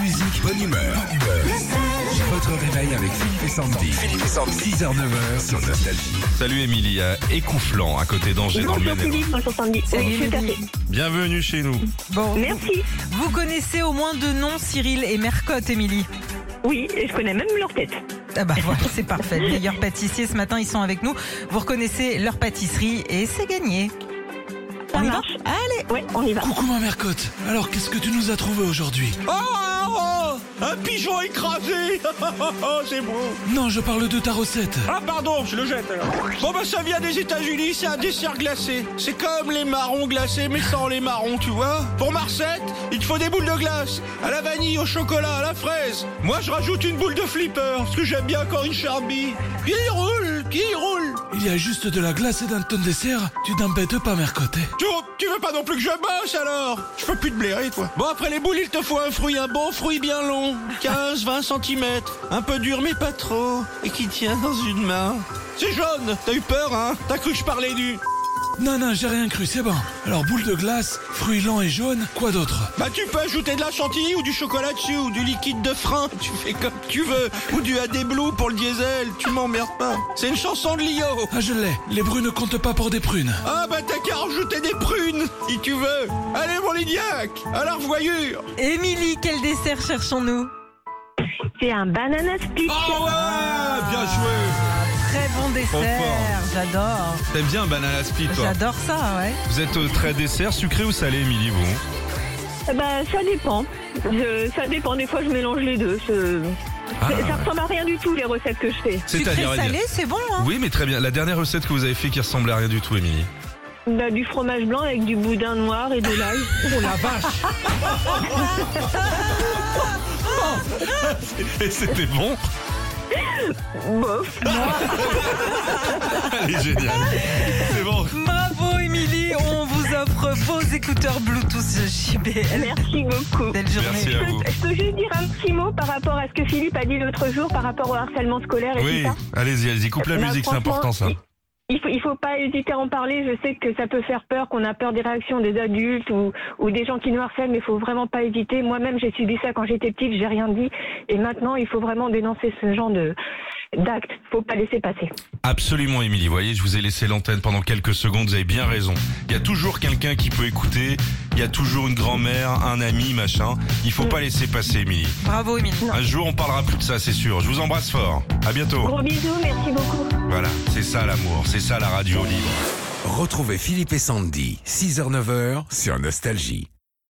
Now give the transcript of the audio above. musique, bonne humeur. Votre réveil avec Philippe et Sandy. 6h-9h sur Nostalgie. Salut Émilie, à Écouflant, à côté d'Angers dans Bonjour le Maine. Philippe, bonjour Sandy. Salut, Oui, tout à fait. Émilie. Bienvenue chez nous. Bon, vous, Merci. vous connaissez au moins deux noms, Cyril et Mercotte, Émilie. Euh, Oui, et je connais même leur tête. Ah bah voilà, c'est parfait. Meilleurs pâtissiers, ce matin, ils sont avec nous. Vous reconnaissez leur pâtisserie et c'est gagné. Ça On y va marche. Allez. Ouais, on y va. Coucou ma mère Cotte, alors qu'est-ce que tu nous as trouvé aujourd'hui Oh, oh Un pigeon écrasé Oh, c'est beau Non, je parle de ta recette. Ah, pardon, je le jette alors. Bon, bah, ça vient des États-Unis, c'est un dessert glacé. C'est comme les marrons glacés, mais sans les marrons, tu vois. Pour ma recette, il te faut des boules de glace, à la vanille, au chocolat, à la fraise. Moi, je rajoute une boule de flipper, parce que j'aime bien quand il charbille. Qui roule Qui roule Il y a juste de la glace et dans ton dessert, tu t'embêtes pas mère Cotte. hein. tu, tu veux pas non plus que je bosse alors Je peux plus te blairer, toi. Bon, après les boules, il te faut un fruit, un bon fruit bien long. 15-20 cm. Un peu dur, mais pas trop. Et qui tient dans une main. C'est jaune T'as eu peur, hein T'as cru que je parlais du... Non, non, j'ai rien cru, c'est bon. Alors boule de glace, fruits lents et jaunes, quoi d'autre Bah tu peux ajouter de la chantilly ou du chocolat dessus ou du liquide de frein, tu fais comme tu veux, ou du AD Blue pour le diesel, tu m'emmerdes pas. C'est une chanson de Lio. Ah je l'ai, les brunes ne comptent pas pour des prunes. Ah bah t'as qu'à rajouter des prunes, si tu veux. Allez mon Lignac, à la revoyure. Émilie, quel dessert cherchons-nous C'est un banana split. Oh ouais Bien joué Très bon dessert, j'adore. T'aimes bien Banana Split, toi J'adore ça, ouais. Vous êtes euh, très dessert, sucré ou salé, Émilie, vous Eh ben, ça dépend. Je- ça dépend. Des fois, je mélange les deux. Je- Ça, ça ressemble à rien du tout les recettes que je fais. Sucré Émilie. salé, c'est bon, hein Oui, mais très bien. La dernière recette que vous avez fait qui ressemblait à rien du tout, Émilie. Bah, du fromage blanc avec du boudin noir et de l'ail. Voilà. Et c'était bon Bof. Elle est géniale. C'est bon. Bravo, Émilie. On vous offre vos écouteurs Bluetooth JBL. Merci beaucoup. Belle journée. Merci à Je vous. peux- je peux juste dire un petit mot par rapport à ce que Philippe a dit l'autre jour par rapport au harcèlement scolaire et Oui, tout ça. allez-y, allez-y. Coupe la Bah, musique, c'est franchement, important, ça. il- Il faut, il faut pas hésiter à en parler. Je sais que ça peut faire peur, qu'on a peur des réactions des adultes ou, ou des gens qui nous harcèlent, mais il faut vraiment pas hésiter. Moi-même, j'ai subi ça quand j'étais petite, j'ai rien dit. Et maintenant, il faut vraiment dénoncer ce genre de d'actes. Faut pas laisser passer. Absolument, Émilie. Vous voyez, je vous ai laissé l'antenne pendant quelques secondes. Vous avez bien raison. Il y a toujours quelqu'un qui peut écouter. Il y a toujours une grand-mère, un ami, machin. Il faut pas laisser passer, Émilie. Bravo, Émilie. Un jour, on parlera plus de ça, c'est sûr. Je vous embrasse fort. À bientôt. Gros bisous, merci beaucoup. Voilà, c'est ça l'amour. C'est ça la radio libre. Retrouvez Philippe et Sandy, 6h-9h sur Nostalgie.